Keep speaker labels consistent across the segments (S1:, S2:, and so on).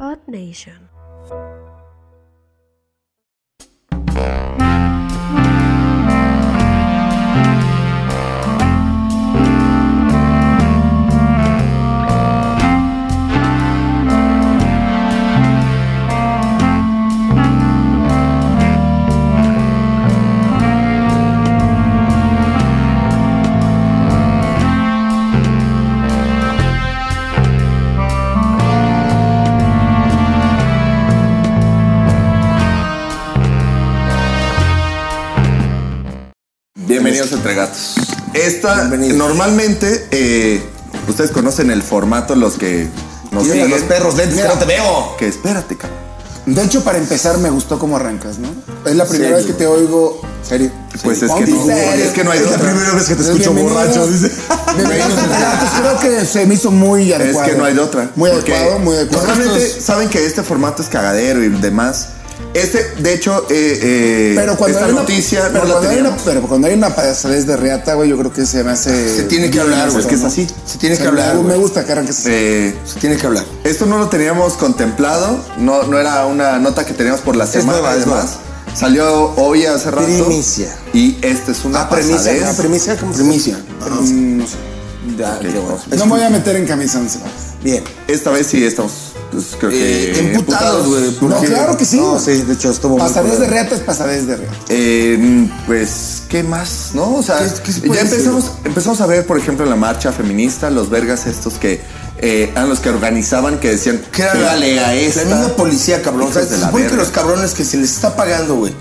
S1: Earth Nation.
S2: Bienvenidos a Entre Gatos. Este. Esta, normalmente, eh, ustedes conocen el formato, los que nos
S3: Tienen a
S2: siguen.
S3: los perros lentes que
S2: Mira, Ah,
S3: no te veo.
S2: Que espérate, cabrón.
S4: De hecho, para empezar, me gustó cómo arrancas, ¿no? Es la
S3: Serio.
S4: primera vez que te oigo. Serio.
S2: Pues
S4: Serio.
S2: es que no,
S4: Serio.
S2: es que no hay de otra. Pues
S3: vez que
S4: Entonces, bienvenidos. Bienvenidos a Relatos. Creo que se me hizo muy
S2: Es
S4: adecuado.
S2: que no hay de otra.
S4: Muy
S2: Porque pues
S4: adecuado, muy adecuado.
S2: Normalmente
S4: Estos-
S2: saben que este formato es cagadero y demás. Este, de hecho, eh, eh,
S4: Pero cuando
S2: esta
S4: hay una,
S2: noticia
S4: pero
S2: no la
S4: cuando hay una,
S2: teníamos.
S4: pero cuando hay una pasadez de reata, güey, yo creo que se me hace.
S3: Se tiene que hablar, güey.
S2: Es Ah, que es así.
S3: Se tiene
S4: O sea,
S3: que hablar.
S4: me- Me
S3: güey.
S4: gusta que arranques así.
S2: Eh,
S3: Se tiene que hablar.
S2: Esto no lo teníamos contemplado, no, no era una nota que teníamos por la semana
S3: nueva, es
S2: además. Salió hoy hace rato.
S3: Primicia.
S2: Y esta es una
S3: Ah, premisa.
S2: pasadez.
S3: ¿no? premisa? ¿Cómo se
S4: Primicia.
S3: dice?
S4: Mm, no sé.
S3: Ya, qué bueno.
S4: No me voy a meter en camisa, no sé.
S3: Bien.
S2: Esta vez sí estamos, pues, creo que...
S3: Eh, emputados, güey.
S4: No,
S3: porque-
S4: claro que sí,
S3: No,
S4: güey.
S3: sí, de hecho, estuvo muy
S4: Pasadez de
S3: culero.
S4: reata es pasadez de reata.
S2: Eh, pues, ¿qué más? ¿No? O sea,
S3: ¿Qué- qué se puede
S2: ya
S3: decir?
S2: empezamos, empezamos a ver, por ejemplo, en la marcha feminista, los vergas estos que eh, eran los que organizaban, que decían, pégale a esta.
S3: La misma policía, cabrón. O sea,
S2: Hijos de
S3: se
S2: la
S3: supone que
S2: verga.
S3: los cabrones que se les está pagando, güey.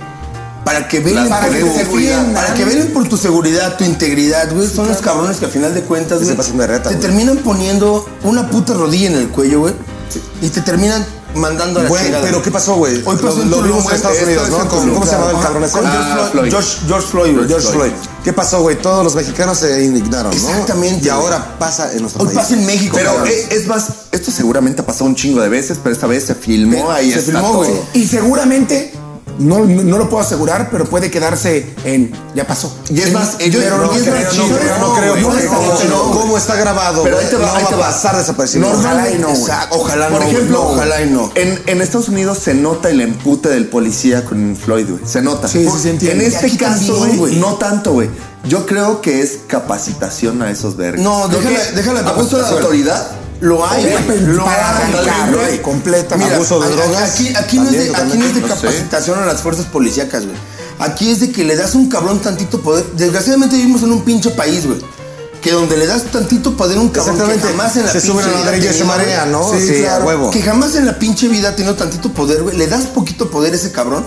S3: Para que velen,
S2: Para
S3: por
S2: que
S3: tu
S2: te
S3: seguridad,
S2: defiendan.
S3: para que velen por tu seguridad, tu integridad, güey. Son los cabrones que a final de cuentas, se güey, pasan de reta, te güey. terminan poniendo una puta rodilla en el cuello, güey. Y te terminan mandando a la
S5: Güey,
S3: chingada.
S5: pero ¿qué pasó, güey?
S3: Hoy pasó en
S5: lo, lo
S3: Tulum,
S5: vimos
S3: güey.
S5: en Estados
S3: Esto
S5: Unidos,
S3: es en
S5: ¿no?
S3: Tulum,
S5: ¿Cómo se llamaba el
S3: claro.
S5: cabrón ese?
S3: Con
S2: Ah,
S3: George Floyd.
S2: Floyd.
S3: George, George Floyd, güey.
S5: George Floyd. ¿Qué pasó, güey? Todos los mexicanos se indignaron, ¿no?
S3: Exactamente,
S5: Y
S3: güey.
S5: ahora pasa en nuestro
S3: Hoy
S5: país.
S3: pasa en México,
S2: Pero
S3: cabrón.
S2: eh, es más, esto seguramente ha pasado un chingo de veces, pero esta vez se filmó, ahí
S3: se
S2: está
S3: filmó, güey.
S2: todo.
S4: Y seguramente, no, no, no lo puedo asegurar, pero puede quedarse en ya pasó.
S2: Y es más, yo-
S4: pero
S2: no,
S4: y es
S2: creo,
S4: más
S2: no
S4: chido.
S2: creo, no
S5: No creo,
S2: güey,
S5: no,
S2: está
S5: como-
S2: chido,
S5: como- como está grabado,
S2: Pero ahí
S5: güey,
S2: te va,
S5: no
S2: ahí
S5: va
S2: te
S5: a
S2: va.
S5: pasar desaparecido.
S2: Normal-
S5: Ojalá y no, güey.
S2: Exacto,
S3: ojalá
S2: Por
S3: no,
S2: ejemplo,
S3: no, ojalá y no.
S2: En, en Estados Unidos se nota el empute del policía con Floyd, güey. Se nota.
S4: Sí, sí,
S2: Por-
S4: se entiende.
S2: En
S4: Y
S2: este
S4: aquí
S2: caso,
S4: también,
S2: güey,
S4: güey.
S2: no tanto, güey. Yo creo que es capacitación a esos vergas.
S3: No,
S2: Creo
S3: déjala-
S2: que
S3: déjala
S2: Abuso de
S3: capacitación.
S2: autoridad.
S3: Lo hay,
S4: Para
S3: güey. Lo hay.
S4: arrancar,
S3: Lo hay.
S4: güey, completamente.
S3: Mira,
S5: Abuso de
S3: a- a-
S5: drogas,
S3: Aquí, aquí no es
S5: también,
S3: de, aquí no es de
S2: totalmente. No sé.
S3: capacitación a las fuerzas policíacas, güey. Aquí es de que le das un cabrón tantito poder. Desgraciadamente vivimos en un pinche país, güey. Que donde le das tantito poder a un cabrón
S5: Exactamente.
S3: que jamás en la
S5: Se
S3: pinche
S5: suben a la
S3: vida
S5: ladrilla y se
S3: tenía, güey.
S5: marea, ¿no?
S3: Sí,
S5: Sí,
S3: claro.
S5: a huevo.
S3: Que jamás en la pinche vida ha tenido tantito poder, güey. Le das poquito poder a ese cabrón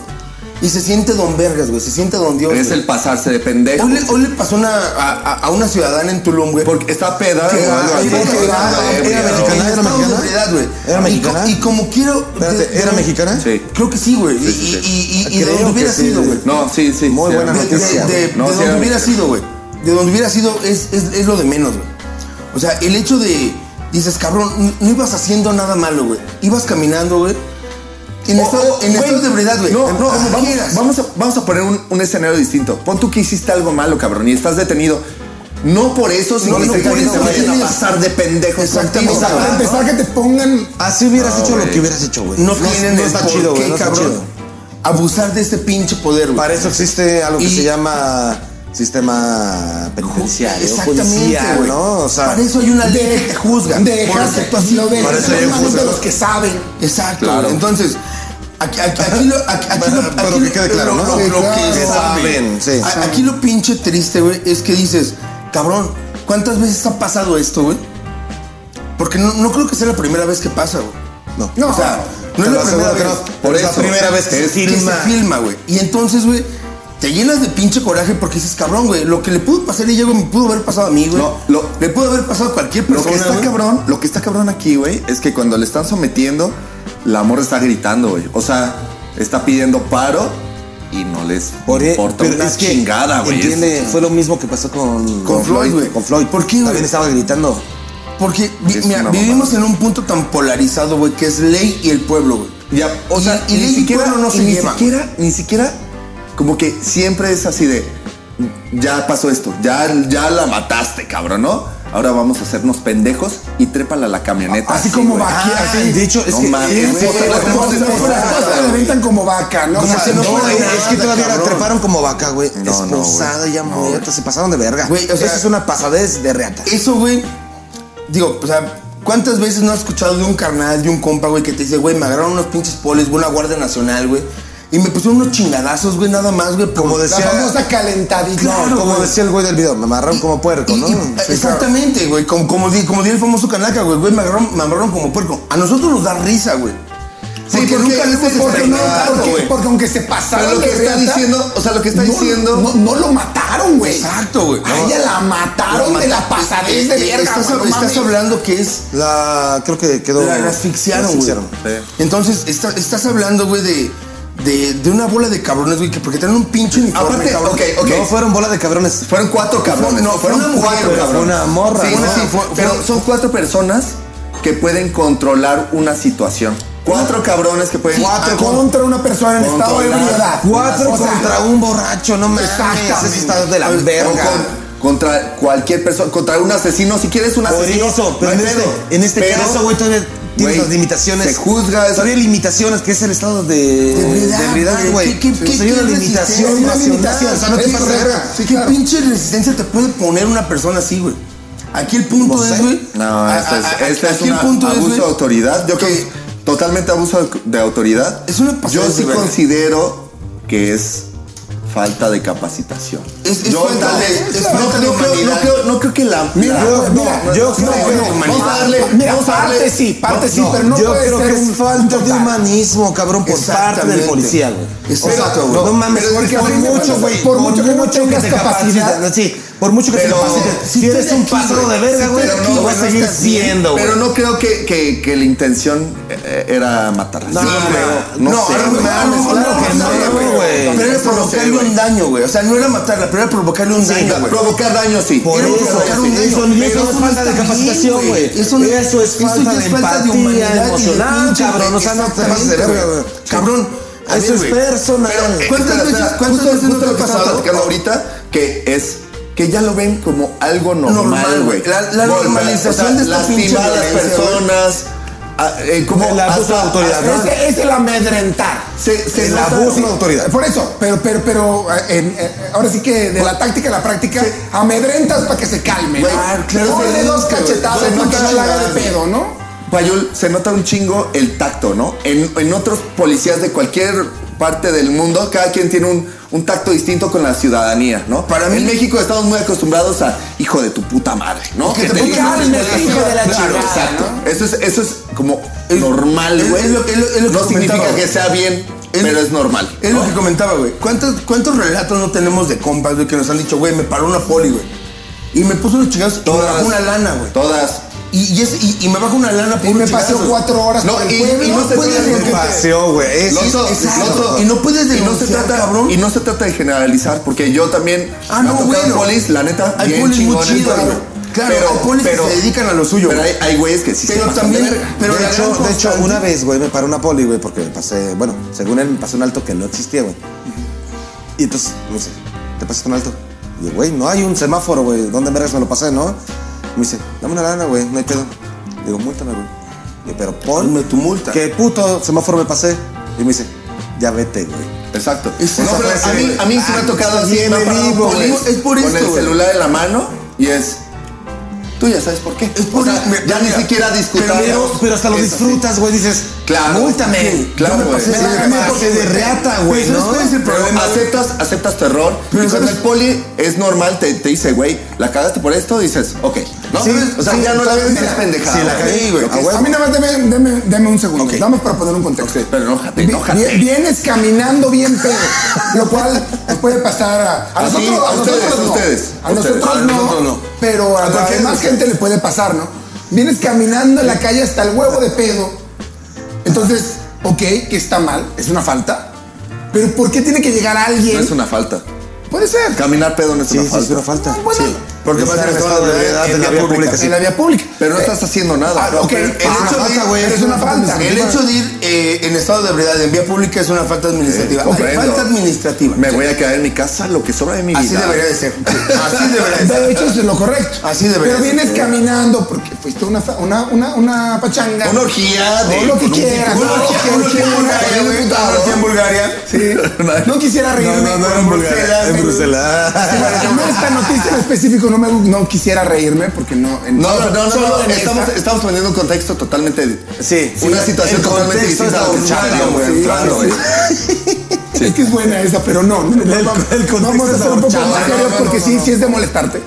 S3: y se siente don vergas, güey. Se siente don Dios,
S2: Es
S3: güey.
S2: el pasarse de pendejo.
S3: Hoy le, hoy le pasó una, a, a- a una ciudadana en Tulum, güey.
S2: Porque está peda.
S3: Que
S2: güey,
S3: era-
S2: algo así,
S3: era-
S2: está
S3: era-
S2: ebrio.
S3: era mexicana, era mexicana.
S5: ¿Era
S3: Y co-
S5: mexicana?
S3: Y, como quiero.
S5: Espérate,
S3: de-
S5: ¿era
S3: de-
S5: mexicana?
S2: Sí.
S3: Creo que sí, güey. Y,
S2: Sí, sí,
S3: y, y, y de
S5: Creo
S3: donde
S5: que
S3: hubiera
S5: sí,
S3: sido, güey.
S2: No, sí, sí.
S5: Muy
S2: sí, era
S5: buena
S3: De, de- de-
S5: noticia, güey.
S3: de
S2: No, sí,
S3: donde
S2: era
S3: hubiera
S2: mexicana.
S3: sido, güey. De donde hubiera sido es, es, es lo de menos, güey. O sea, el hecho de. Dices, cabrón, n- no ibas haciendo nada malo, güey. Ibas caminando, güey. En,
S2: Oh,
S3: estado,
S2: oh,
S3: en
S2: güey,
S3: estado de ebriedad, güey.
S2: No,
S3: En-
S2: no,
S3: como
S2: vamos,
S3: quieras.
S2: vamos a, vamos a poner un, un escenario distinto. Pon tú que hiciste algo malo, cabrón, y estás detenido. No por eso
S3: no
S2: significa
S3: por
S2: que
S3: eso
S2: te vayan a
S3: tienes-
S2: pasar de pendejos.
S3: Exactamente.
S2: contigo,
S4: O sea, para
S2: cabrón.
S4: empezar, que te pongan
S5: Así hubieras
S2: No,
S5: hecho
S2: güey.
S5: lo que hubieras hecho, güey.
S3: Ah, No tienen el
S5: está
S3: por
S5: chido,
S3: qué,
S5: güey. No está
S3: cabrón.
S5: chido.
S3: Abusar de este pinche poder, güey.
S5: Para eso existe algo que
S3: Y-
S5: se llama sistema
S3: ¿eh?
S5: penitenciario,
S3: Exactamente,
S5: judicial,
S3: güey.
S5: ¿no? O sea,
S3: para eso hay una ley que te juzga. por
S4: dejas
S3: esa actuación.
S4: lo dejas
S5: Para eso
S4: en
S5: ya
S4: las manos
S5: juzgan.
S4: de los que saben.
S3: Exacto.
S2: Claro.
S3: güey. Entonces, aquí, aquí- aquí lo, aquí- aquí
S5: Pero-
S3: lo-
S5: pero
S3: aquí
S5: que quede
S3: lo-
S5: claro,
S3: lo-
S5: ¿no?
S3: lo-
S5: Sí,
S3: lo
S4: claro.
S3: que
S5: Que
S3: saben.
S5: saben, sí.
S3: A- Aquí lo pinche triste, güey, es que dices, cabrón, ¿cuántas veces ha pasado esto, güey? Porque no, no creo que sea la primera vez que pasa, güey.
S5: no.
S4: No,
S3: O sea,
S5: Te
S3: no es
S5: lo
S3: la primera
S5: aseguro que
S3: vez.
S5: no. Por
S3: Es la
S5: eso.
S3: primera vez que,
S5: Es-
S3: se,
S5: que se
S3: filma. güey. Y entonces, güey, te llenas de pinche coraje porque dices, cabrón, güey, lo que le pudo pasar a ella, güey, me pudo haber pasado a mí, güey.
S2: No, lo-
S3: le pudo haber pasado a cualquier
S2: Lo
S3: persona.
S2: que está
S3: güey.
S2: cabrón, lo que está cabrón aquí, güey, es que cuando le están sometiendo, la morra está gritando, güey. O sea, está pidiendo paro y no les
S5: Por-
S3: e-
S2: importa
S5: pero
S2: una
S5: es que,
S2: chingada, güey.
S5: Entiende, fue lo mismo que pasó con,
S3: Con Floyd, güey.
S5: Con Floyd.
S3: ¿Por qué, güey?
S5: También estaba gritando.
S3: Porque, vi-
S2: Es
S3: mira,
S2: una
S3: vivimos en un punto tan polarizado, güey, que es ley y el pueblo, güey.
S2: Es- ya, o
S3: Y-
S2: sea,
S3: y
S2: ni
S3: ley y
S2: siquiera,
S3: pueblo no
S2: y
S3: se
S2: ni
S3: llevan.
S2: siquiera, ni siquiera, como que siempre es así de, ya pasó esto, ya, ya la mataste, cabrón, ¿no? ahora vamos a hacernos pendejos y trépala a la camioneta.
S4: Así como
S2: güey. Ah,
S4: vaquilla, así.
S5: Ah, de hecho, es
S2: No
S5: que.
S2: mames,
S5: sí,
S2: güey.
S5: sí,
S4: Porque
S5: sí,
S4: las
S5: sí,
S4: cosas
S5: sí, sí, sí, sí, sí,
S4: las
S5: sí,
S4: reventan como vaca, ¿no?
S5: Como
S4: O sea,
S5: si no
S4: no,
S5: fuera-
S4: güey.
S5: es que todavía la
S3: cabrón.
S5: treparon como vaca, güey.
S2: No, no, güey.
S5: Esposada ya
S2: No,
S5: muerta,
S2: güey.
S5: se pasaron de verga.
S3: Güey, o sea-
S5: Eso es una pasadez de reata.
S3: Eso, güey. Digo, o sea, ¿cuántas veces no has escuchado de un carnal, de un compa, güey, que te dice, güey, me agarraron unos pinches polis, güey, una guardia nacional, güey? Y me pusieron unos chingadazos, güey, nada más, güey. Como
S4: La famosa calentadita.
S5: no, como decía el güey del video, me amarraron como puerco, ¿no?
S3: Y- y- exactamente, güey. Como, como, di- como diría el famoso canaca, güey. güey, me agarraron, me amarraron como puerco. A nosotros nos da risa, güey.
S2: Sí,
S3: porque,
S2: porque-
S3: nunca lo hemos
S4: porque, no,
S3: experimentado,
S4: porque,
S3: güey.
S4: porque aunque se pasara
S2: Pero lo
S4: de
S2: que está
S4: reata,
S2: diciendo, o sea, lo que está
S4: no-
S2: diciendo.
S4: No, no lo mataron, güey.
S3: Exacto, güey.
S4: A ella la mataron
S3: No,
S4: de la
S3: mata-
S4: pasadez de verga,
S3: Estás,
S4: güey, no
S3: estás
S4: mames.
S3: hablando que es
S5: La. Creo que quedó.
S3: La, la asfixiaron,
S5: la
S3: güey.
S2: güey.
S3: Sí. Entonces, está- estás hablando, güey, de, de, de una bola de cabrones, güey, que porque tienen un pinche uniforme,
S2: Aparte,
S3: cabrón.
S2: ok, ok.
S5: No fueron bola de cabrones.
S2: Fueron cuatro cabrones.
S3: no, fue
S2: fueron
S3: una mujer,
S2: cuatro
S3: güey, fue
S2: cabrones.
S5: una morra,
S2: Sí,
S5: ¿no?
S2: sí, sí,
S3: Fue-
S2: pero
S3: fue-
S2: son cuatro personas que pueden controlar una situación. Cuatro cabrones que pueden. ah,
S4: Cuatro contra una persona en estado de
S2: Controlar.
S4: ebriedad.
S5: Cuatro
S4: O sea,
S5: contra un borracho, no mames.
S4: Exactamente.
S5: Ese está de la
S2: O
S5: verga.
S2: con- contra cualquier persona, contra un asesino, si quieres un asesino.
S5: Orinoso, pero
S2: no
S5: en
S2: hay
S5: este,
S2: pedo.
S5: en este
S2: Pero,
S5: caso, güey, todavía tienes
S2: güey,
S5: las limitaciones.
S2: se juzga, es-
S5: Todavía hay limitaciones, que es el estado de.
S3: ebriedad,
S5: de ebriedad,
S3: güey.
S5: güey.
S3: ¿Qué- qué-
S5: O sea, hay
S3: qué
S5: una
S3: resistencia?
S5: limitación.
S4: Hay una
S5: racional,
S4: limitación.
S5: O sea, no te
S4: Es
S5: pasas de
S4: correcto.
S5: verga.
S4: Sí,
S3: ¿Qué
S4: claro.
S3: pinche resistencia te puede poner una persona así, güey? Aquí el punto
S5: No
S3: es,
S5: sé.
S3: güey.
S2: No,
S3: a-
S2: este
S3: a-
S2: es,
S3: a-
S2: este es
S3: aquí el
S2: una-
S3: punto es,
S2: abuso de
S3: güey,
S2: autoridad. Yo creo que totalmente abuso de- de autoridad.
S3: Es una pasada
S2: Yo
S3: de
S2: sí
S3: verga.
S2: considero que es falta de capacitación.
S3: Es- es
S2: Yo
S3: falta
S2: no-
S3: de- es
S2: no
S3: falta
S2: creo-
S3: de
S2: no creo-
S3: humanidad.
S2: no creo- No creo que la.
S4: Mira,
S2: la-
S4: pues, mira,
S2: no,
S5: yo
S2: no,
S5: creo
S2: no,
S5: que-
S2: Vamos a darle.
S4: Mira,
S2: vamos a darle-
S4: parte sí, parte sí,
S5: No,
S4: pero no
S5: yo
S4: puede
S5: creo
S4: ser
S5: que es
S4: un
S5: falta de
S4: total.
S5: humanismo, cabrón, por parte del
S3: Exactamente.
S5: policía, güey.
S3: Exacto,
S5: O sea,
S3: güey.
S5: No mames,
S4: Pero es
S5: porque
S4: que
S5: por
S4: a fin de
S5: mucho,
S4: cuentas,
S5: güey.
S4: por mucho que no tengas
S5: te
S4: capacidad.
S5: capacitan, Sí, por mucho que te
S2: Pero-
S5: capaciten.
S2: si
S5: Si eres
S4: estoy
S5: un
S4: aquí,
S5: pasado
S4: güey,
S5: de verga,
S4: si
S5: güey,
S4: estoy
S5: aquí
S4: aquí,
S5: lo vas a
S4: güey, no
S5: seguir
S4: estás
S5: siendo, güey.
S2: Pero no creo que, que- que la intención eh, era matarla.
S5: No,
S2: Sí,
S5: no,
S2: creo. No,
S5: no, no,
S2: sé,
S5: no,
S2: güey.
S5: no, no, claro que no, güey.
S3: Pero era
S2: Eso no sé,
S3: provocarle
S2: güey.
S3: un daño, güey. O sea, no era matarla, pero era provocarle un daño,
S2: Venga,
S3: güey.
S2: Provocar daño, sí.
S5: Por
S2: Era
S5: eso,
S2: provocar un
S5: eso,
S2: daño.
S5: eso,
S3: Pero
S5: no es falta de
S3: está bien,
S5: capacitación, güey. Eso,
S3: no-
S5: es
S3: eso
S5: falta
S3: ya
S5: de
S3: es falta de
S5: empatía
S3: humanidad y de
S5: emocional,
S3: pinche-
S5: cabrón. O sea, no te pases de
S3: Exactamente,
S5: verga, güey.
S3: güey. Cabrón, a
S5: Eso
S3: ver,
S5: es
S3: güey.
S5: personal.
S2: Eh,
S3: ¿Cuántas
S2: espera,
S3: veces-
S2: espera,
S3: cuántas
S2: justo-
S3: veces
S2: justo
S3: no te
S2: lo
S3: ha
S2: que estaba
S3: pasado?
S2: platicando ahorita, que es que ya lo ven como algo normal,
S3: Normal,
S2: güey.
S3: La- la
S2: Bueno,
S3: normalización de esta pinche
S2: lastimar a las
S3: violencia, güey.
S2: personas, a- eh, como
S5: El abuso
S2: hasta-
S5: de autoridad,
S2: hasta-
S5: ¿no?
S4: Ese- Es el amedrentar.
S2: se, se
S5: El
S2: nota-
S5: abuso de autoridad.
S4: Por eso, pero, pero, pero, eh, en- eh, ahora sí que de la táctica a la práctica, amedrentas para que se calme.
S2: Güey,
S4: ¿no?
S2: claro,
S4: Ponle
S2: se
S4: dos
S2: nota,
S4: cachetadas
S2: güey.
S4: para que no la haga de pedo, ¿no?
S2: Payul, se nota un chingo el tacto, ¿no? En, en otros policías de cualquier parte del mundo, cada quien tiene un, un tacto distinto con la ciudadanía, ¿no?
S3: Para mí-
S2: en México estamos muy acostumbrados a hijo de tu puta madre, ¿no?
S4: Que te
S2: digan,
S4: calmes, hijo de la
S2: Claro,
S4: chingada,
S2: exacto. Eso es, eso es como normal,
S3: es-
S2: güey.
S3: es lo que- es lo- es lo que
S2: no significa
S3: comentaba.
S2: que sea bien,
S3: Es-
S2: pero es normal.
S3: Es
S2: ¿no?
S3: lo que comentaba, güey. ¿Cuántos, ¿Cuántos relatos no tenemos de compas, güey, que nos han dicho, güey, me paró una poli, güey? Y me puso unos chingados y me
S2: Todas.
S3: bajó una lana, güey.
S2: Todas.
S3: Y, y, es- y, y me bajó una lana por
S4: Y me
S3: unos
S4: paseo
S3: chingazos.
S4: cuatro horas
S2: No,
S4: por el
S2: y-
S4: pueblo.
S2: y no se
S4: puedes
S2: trata de
S4: lo que te-
S5: Paseo, güey. Eso-
S2: Lo otro,
S3: exacto.
S2: lo otro.
S3: Y no puedes
S2: Y no se
S3: denunciar,
S2: trata,
S3: cabrón.
S2: Y no se trata de generalizar, porque yo también.
S3: Ah,
S2: me
S3: no,
S2: ha tocado
S3: bueno.
S2: Polis, la neta,
S3: Hay
S2: bien
S3: polis muy
S2: chingones,
S3: chidos,
S2: güey.
S3: güey. Claro, hay polis que se dedican a lo suyo,
S2: Pero
S3: güey.
S2: hay, hay güeyes que sí
S3: Pero
S2: se pasan
S3: también-
S2: de verga.
S3: pero
S5: de,
S3: la
S5: hecho,
S3: gran
S5: de hecho,
S3: constante-
S5: una vez, güey, me paró una poli, güey, porque me pasé, bueno, según él me pasó un alto que no existía, güey. Y entonces, no sé, te pasaste un alto. Y yo, güey, no hay un semáforo, güey, ¿dónde vergas me lo pasé, no? Me dice, dame una lana, güey, no hay pedo. Digo, múltame, güey. Digo, pero ponme
S3: Ponme tu multa.
S5: ¿Qué puto semáforo me pasé? Y me dice, ya vete, güey.
S2: Exacto.
S3: Es
S2: no,
S3: esa
S2: pero
S3: frase,
S2: a mí,
S3: güey.
S2: a mí sí me
S3: Ah,
S2: ha tocado
S3: está
S2: así.
S3: bien
S2: me ha parado
S3: vivo,
S2: un polis
S3: güey. Es por
S2: Con
S3: esto,
S2: el
S3: güey.
S2: celular en la mano y es. Tú ya sabes por qué.
S3: Es por-
S2: O sea,
S3: me-
S2: ya ni
S3: mira,
S2: siquiera discutir.
S5: Pero, pero hasta lo disfrutas, güey, dices,
S2: Claro.
S5: múltame.
S2: Claro,
S5: Yo me
S2: güey.
S5: pasé de
S2: Sí,
S5: verga,
S2: me
S5: me pasé de reata, güey,
S3: Pero
S5: ¿no?
S3: ¿sabes cuál es el
S2: Pero
S3: problema?
S2: aceptas, aceptas tu error.
S3: Pero
S2: y cuando
S3: sabes-
S2: el poli es normal, te, te dice, güey, la cagaste por esto, dices, ok. ¿no?
S5: Sí,
S2: o sea,
S5: sí,
S2: ya no la ves
S5: entonces,
S2: más pendejada.
S5: sí, la cagué,
S2: Sí,
S5: güey,
S2: ok.
S5: a huevo.
S4: A mí nada más deme, deme- deme un segundo. Nada más para poner un contexto.
S2: Pero enójate,
S4: Vi-
S2: enójate.
S4: vi- vienes caminando bien pedo, lo cual nos puede pasar a, a
S2: A ti,
S4: nosotros,
S2: a
S4: a nosotros
S2: ustedes,
S4: no.
S2: ustedes,
S4: a nosotros
S2: ustedes.
S4: no,
S3: A nosotros no.
S4: pero a,
S3: A
S4: la
S3: cualquier
S4: demás
S3: ustedes.
S4: gente le puede pasar, ¿no? Vienes caminando en la calle hasta el huevo de pedo. Entonces, ok, que está mal, es una falta. Pero ¿por qué tiene que llegar alguien?
S2: No es una falta.
S4: Puede ser.
S2: Caminar pedo no es
S5: Sí,
S2: una
S5: sí,
S2: falta.
S5: es una falta.
S4: Ah, bueno.
S5: Sí.
S3: Porque
S5: Está
S3: vas en estado de ebriedad en la vía pública,
S5: sí.
S4: En la vía pública.
S2: Pero no
S4: Eh,
S2: estás haciendo nada.
S4: Ah, ok.
S2: Pero el
S4: Ah,
S2: hecho de-
S4: falta, güey.
S2: el
S4: Es una falta.
S2: hecho
S3: El
S5: Lima-
S3: hecho de ir eh, en estado de ebriedad en vía pública es una falta administrativa.
S2: Sí, comprendo.
S3: falta administrativa.
S2: Me voy a quedar en mi casa lo que sobra de mi
S3: Así
S2: vida.
S3: debería de ser. Así debería de ser.
S4: De hecho, eso es lo correcto.
S3: Así debería
S4: Pero
S3: ser.
S4: vienes caminando porque fuiste a una, fa- una, una, una pachanga.
S2: Una orgía de.
S4: O lo que
S2: con un
S4: quieras.
S2: tipo-
S4: Una orgía, una orgía en Bulgaria, güey.
S3: Una orgía en Bulgaria.
S4: No quisiera reírme.
S5: No, no,
S4: pero
S5: no, en Bulgaria. En
S4: pero-
S5: Bruselas.
S4: Sí, bueno, no, esta noticia en específico no, me, gu- no quisiera reírme porque no. en-
S2: No, no, no,
S4: solo
S2: no,
S4: en
S2: estamos,
S4: esta-
S2: estamos poniendo un contexto totalmente.
S5: Sí, sí,
S2: Una situación
S5: el
S2: totalmente
S5: contexto
S2: distinta a lo que
S5: es
S2: Chava
S5: normal,
S2: dio,
S5: güey,
S2: sí,
S5: claro,
S2: sí,
S5: güey.
S4: Es que es buena esa, pero no. no, no, vamos- vamos a ser un poco
S2: horchata,
S4: más
S2: no,
S4: serios
S2: no,
S4: porque
S2: no,
S4: sí,
S2: no.
S4: sí es de molestarte.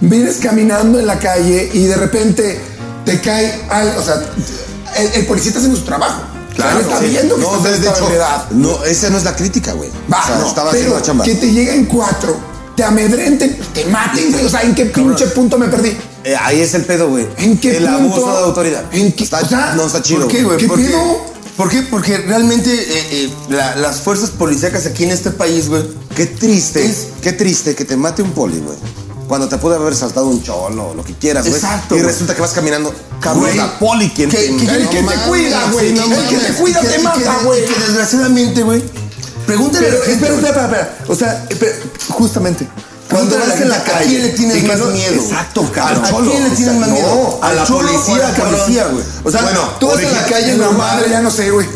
S4: Vienes caminando en la calle y de repente te cae algo. O sea, el, el policía está haciendo su trabajo.
S2: Claro,
S4: O sea, él está
S2: sí.
S4: viendo que
S5: No,
S4: estás en
S5: de- de
S4: estado
S5: hecho,
S4: de ebriedad.
S5: no, esa no es la crítica, güey.
S4: Va,
S5: O sea,
S4: no,
S5: estaba
S4: pero
S5: haciendo la chamba.
S4: que te lleguen cuatro, te amedrenten, te maten, güey. O sea, ¿en qué pinche punto me perdí?
S5: Eh, ahí es el pedo, güey.
S4: ¿En qué
S5: El
S4: punto?
S5: abuso de autoridad.
S4: ¿En qué-
S5: Está-
S4: o sea,
S5: no está chido.
S4: ¿por qué, güey? ¿Qué
S3: Porque-
S4: pedo?
S3: ¿Por qué? Porque realmente eh, eh, la- las fuerzas policíacas aquí en este país, güey,
S5: Qué triste,
S3: Es-
S5: qué triste que te mate un poli, güey. Cuando te pudo haber saltado un cholo o lo que quieras, güey.
S3: Exacto,
S5: Y
S3: güey.
S5: resulta que vas caminando. Cabrón,
S3: Güey,
S5: la poli quien
S3: que- que-
S5: No
S4: el que te
S5: mames,
S4: cuida, güey,
S5: sí, no
S4: el
S5: mames.
S4: que te cuida
S3: y
S4: te
S3: y
S4: mata,
S3: que-
S4: güey.
S3: y Que desgraciadamente, güey. Pregúntale a
S2: Pero,
S3: la gente,
S2: espera,
S3: güey.
S2: espera, espera, espera. O sea, espera, justamente. Cuando
S3: Pregúntale a la
S2: vas en la
S3: gente, ¿a
S2: calle.
S3: quién le tienes
S2: y que
S3: más
S2: no-
S3: miedo?
S2: Exacto, cabrón.
S3: ¿A quién le tienes más
S2: No,
S3: miedo?
S2: a
S3: ¿Al
S2: la
S3: cholo o a
S2: policía,
S3: la
S2: cabrón.
S3: policía, güey?
S2: O sea,
S3: Bueno,
S2: tú vas en la
S3: origi-
S2: calle
S4: La
S2: normal.
S4: madre, ya no sé, güey.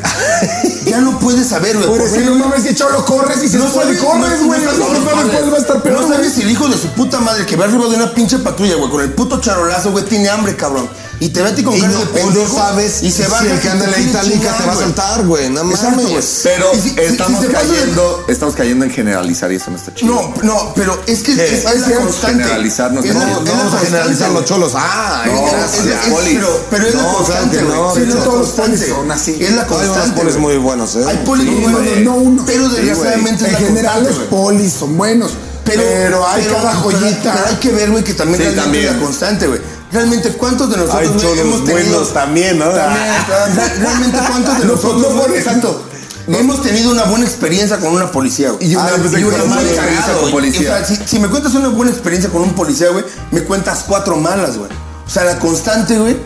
S3: Ya no puedes saber, güey.
S4: Por
S3: porque
S4: eso no mames, si cholo corres y se
S3: No
S4: puede,
S3: sabes,
S4: corres, güey. No,
S3: sabes,
S4: mames,
S3: madre.
S4: cuál va a estar peor.
S3: No
S4: güey.
S3: sabes si el hijo de su puta madre que va arriba de una pinche patrulla, güey, con el puto charolazo, güey, tiene hambre, cabrón. Y te vete con
S5: Y
S3: cara
S5: no,
S3: de
S5: o
S3: pendejo.
S5: no sabes
S3: y se va
S5: si el que anda en la itálica te va a saltar, güey. No
S3: Exacto,
S5: mames,
S3: güey.
S5: güey.
S2: Pero
S3: Y si- si-
S2: estamos
S3: si se pasa de-
S2: cayendo, estamos cayendo en generalizar y eso no está chido.
S3: No, no, pero es que es, es la
S2: Seamos
S3: constante.
S2: generalizarnos,
S3: es
S2: no,
S3: la,
S2: no
S3: es
S5: No
S3: la
S5: vamos a
S3: constante,
S5: generalizar
S3: güey.
S5: los cholos. Ah,
S3: Es-
S5: no,
S3: es- es-
S5: a las
S3: es-
S5: polis.
S3: pero, pero es la
S5: No,
S3: constante,
S5: claro que no,
S3: güey.
S5: de
S3: Sí, no
S5: hecho.
S3: todos los polis son
S4: así.
S3: Es la
S5: Hay unos
S3: constante,
S5: polis
S3: güey.
S5: muy buenos, ¿eh?
S3: Hay polis
S5: Sí,
S3: muy
S5: güey.
S3: buenos,
S4: no uno.
S3: Pero
S4: Sí,
S3: desgraciadamente es
S4: En
S3: la
S4: general los
S3: constante, güey.
S4: polis son buenos, pero, hay
S3: pero-
S4: cada joyita.
S3: Pero, hay que ver, güey, que también
S2: Sí,
S3: realmente
S2: también.
S3: es la constante, güey. Realmente, ¿cuántos de nosotros
S5: Hay
S3: güey,
S5: cholos
S3: hemos tenido...
S5: buenos también, ¿no?
S3: También, re- realmente, ¿cuántos de
S4: No,
S3: nosotros,
S4: no,
S3: güey,
S4: por-
S3: exacto, hemos tenido una buena experiencia con una policía, güey?
S2: Y una-
S3: pues,
S2: y una
S3: con
S2: mala
S3: un
S2: experiencia
S3: cagado,
S2: con
S3: güey.
S2: policía.
S3: O sea, si, si me cuentas una buena experiencia con un policía, güey, me cuentas cuatro malas, güey. O sea, la constante, güey,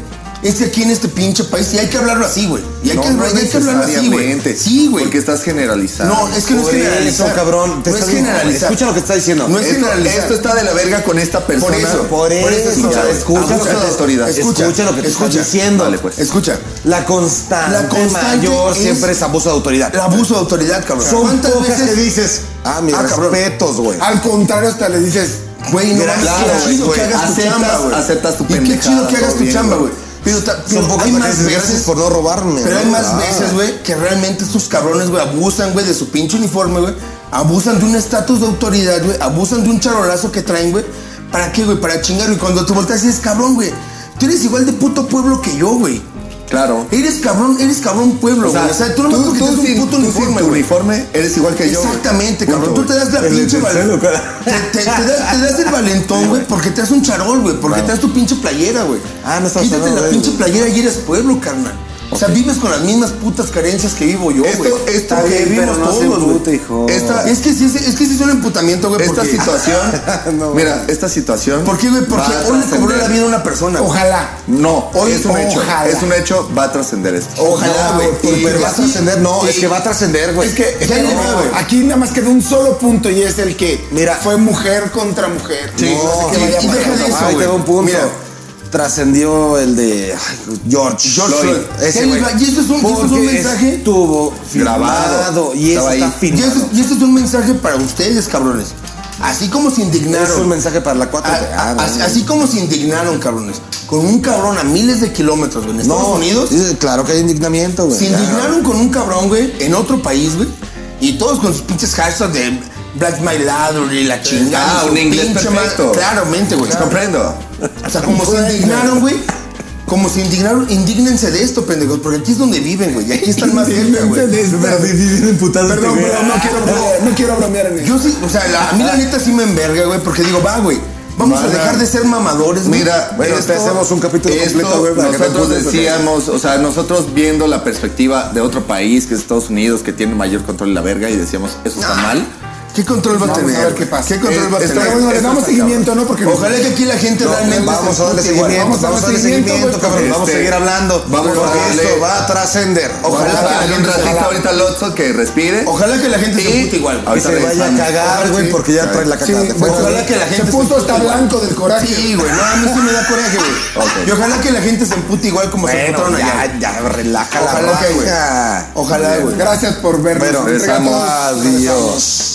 S3: es que aquí en este pinche país, y hay que hablarlo así, güey. Y hay,
S2: No,
S3: que,
S2: no
S3: y hay que hablarlo así,
S2: necesariamente,
S3: güey. Sí, güey.
S2: Porque estás generalizando.
S3: No, es que no es
S5: Güey,
S3: generalizar.
S5: eso, cabrón. Te
S3: No es
S5: está diciendo-
S3: generalizar.
S5: Escucha lo que está diciendo.
S3: No es
S2: esto,
S3: generalizar.
S2: esto está de la verga con esta persona.
S3: Por eso,
S5: Por eso,
S3: eso,
S5: o sea,
S2: ya,
S5: escucha,
S2: abuso
S5: lo que
S2: de
S5: te-
S2: autoridad.
S5: escucha, lo que te
S3: Escucha.
S5: están diciendo.
S2: Vale, pues.
S3: Escucha,
S5: La constante,
S3: La constante
S5: mayor
S3: es-
S5: siempre es abuso de autoridad.
S3: el abuso de autoridad, cabrón.
S5: Son
S3: ¿Cuántas
S5: pocas que
S3: veces?
S5: dices, ah, mis
S3: Ah, cabrón. Ah,
S5: respetos, güey.
S4: Al contrario, hasta les dices,
S3: Güey, no mames,
S5: Claro,
S3: qué chido
S5: güey,
S3: que hagas tu
S2: aceptas-
S3: chamba, güey.
S2: aceptas tu
S3: Y qué chido
S2: pendejada,
S3: que hagas
S2: todo
S3: tu
S2: bien,
S3: chamba,
S2: güey.
S3: güey. Pero, ta-
S5: Son
S3: pero
S5: pocas
S3: hay
S5: las
S3: más
S5: veces, gracias
S3: veces
S5: por no robarme.
S3: Pero hay
S5: ¿no?
S3: más
S5: Ah.
S3: veces, güey, que realmente estos cabrones, güey, abusan, güey, de su pinche uniforme, güey. Abusan de un estatus de autoridad, güey. Abusan de un charolazo que traen, güey. ¿Para qué, güey? Para chingar. Y cuando te volteas dices, cabrón, güey, tú eres igual de puto pueblo que yo, güey.
S2: Claro.
S3: Eres cabrón, eres cabrón pueblo, güey. O sea, tú no me porque tienes
S2: sin-
S3: un
S2: tú
S3: puto
S2: sin
S3: uniforme,
S2: tu
S3: güey.
S2: uniforme eres igual que yo. güey.
S3: Exactamente, cabrón.
S2: Punto,
S3: Tú te das la
S5: El de
S3: pinche
S5: tercero,
S3: valentón.
S5: cara.
S3: Te, te- te das, te das el valentón, güey, porque te das un charol, güey, porque te das tu pinche playera, güey.
S5: Ah, no estás
S3: Quítate
S5: hablando
S3: la
S5: de él,
S3: pinche
S5: güey.
S3: playera y eres pueblo, carnal. O sea, vives con las mismas putas carencias que vivo yo,
S2: Esto-
S3: güey.
S2: esto
S3: Está
S2: que
S3: bien,
S2: vivimos
S3: pero no se
S5: todos, güey.
S3: empute, hijo.
S2: Esta-
S3: es que sí, es, es que sí es un emputamiento, güey,
S2: Esta
S3: porque...
S2: situación.
S5: No,
S2: mira, esta situación.
S3: ¿Por qué, güey? Porque
S2: va a
S3: hoy le cobró
S2: trascender.
S3: la vida a una persona, güey.
S4: ojalá.
S2: No,
S4: Hoy,
S2: es un hecho.
S4: ojalá.
S2: Es un hecho, va a trascender esto.
S3: Ojalá,
S5: No,
S3: güey.
S5: pues,
S3: Y-
S5: Pero
S3: y
S5: va a
S3: así-
S5: trascender, no,
S3: y-
S5: es que va a trascender, güey.
S4: Es que
S3: Ya
S4: no,
S3: llegó, güey.
S4: aquí nada más queda un solo punto y es el que
S5: Mira.
S4: fue mujer contra mujer.
S5: Sí,
S4: no, sé
S5: sí,
S4: qué vaya
S3: y
S4: a pasar.
S3: deja de eso,
S5: Ahí te
S3: güey.
S5: va un punto.
S3: Mira.
S5: Trascendió el de ay, George,
S3: George
S5: Floyd.
S3: Floyd.
S5: Ese,
S3: Ya
S5: güey.
S3: les va- y eso es un- y eso es un
S5: Porque
S3: mensaje
S5: estuvo
S2: grabado.
S5: grabado y eso
S2: Estaba
S5: está
S2: ahí.
S3: Y
S5: filmado.
S3: esto, y esto es un mensaje para ustedes, cabrones. Así como se indignaron.
S5: Es un mensaje para la Ah, 4
S3: A- a- Ah, así, así como se indignaron, cabrones, con un cabrón a miles de kilómetros, güey, en Estados Unidos,
S5: eh, Claro que hay indignamiento, güey.
S3: se
S5: Ya.
S3: indignaron con un cabrón, güey, en otro país, güey, y todos con sus pinches hashtags de Black My Ladder y la chingada.
S2: Ah,
S3: y su
S2: un inglés
S3: pinche
S2: perfecto.
S3: madre. Claramente, güey.
S2: Comprendo.
S3: O sea, como se indignaron, güey. Como se indignaron, indígnense de esto, pendejos, porque aquí es donde viven, güey, y aquí están más cerca, güey.
S5: Este,
S4: Perdón, pero
S5: Ah,
S4: no quiero, bromear, no quiero bromear en eso.
S3: Yo sí, o sea, la- a mí la neta sí me enverga, güey, porque digo, va, güey, vamos a
S2: Van a-
S3: dejar de ser mamadores, güey.
S2: Mira,
S5: Bueno, te hacemos un capítulo
S2: esto
S5: completo, güey, para que te
S2: Nosotros
S5: apuntes, porque-
S2: decíamos, o sea, nosotros viendo
S3: Ah,
S2: la perspectiva de otro país que es Estados Unidos, que tiene mayor control de la verga, y decíamos, eso está mal.
S3: ¿Qué control va a
S4: Vamos
S3: tener?
S4: a ver qué pasa. Eh,
S3: ¿Qué control va a
S2: Está
S3: tener?
S4: bueno, le
S2: esto
S4: damos
S2: está
S4: seguimiento, ¿no? Porque
S3: Ojalá que aquí la gente
S5: No,
S3: realmente
S5: vamos
S3: se
S5: a darle
S3: empute, güey.
S5: seguimiento,
S4: vamos a
S5: vamos,
S4: darle
S5: a darle
S4: seguimiento,
S5: seguimiento,
S4: güey,
S5: cabrón.
S2: porque
S5: vamos a
S2: este,
S5: seguir hablando.
S2: vamos a
S5: porque
S2: darle-
S5: esto va a trascender.
S2: Ojalá
S3: Ojalá
S2: que
S3: que
S2: dale un
S3: alguien se
S2: ratito
S3: la-
S2: ahorita al Otso que respire.
S3: Ojalá que la gente se empute igual. güey.
S5: Que se vaya a
S2: regresamos.
S5: cagar, güey,
S3: Sí.
S5: porque ya trae la
S4: Sí,
S5: cagada.
S4: bueno,
S3: Ojalá que la gente
S4: se
S3: se
S4: puso
S3: empute
S4: hasta blanco del coraje.
S3: Sí, güey, no, a mí sí me da coraje, güey.
S2: Ok.
S3: Y ojalá que la gente se empute igual como se
S5: Bueno,
S3: emputaron allá.
S5: ya, ya, relaja la
S3: Ojalá que, güey.
S5: baja.
S3: Ojalá, güey.
S4: Gracias por vernos.
S5: Pero
S4: Entrega
S5: regresamos.
S4: todo.
S5: Adiós.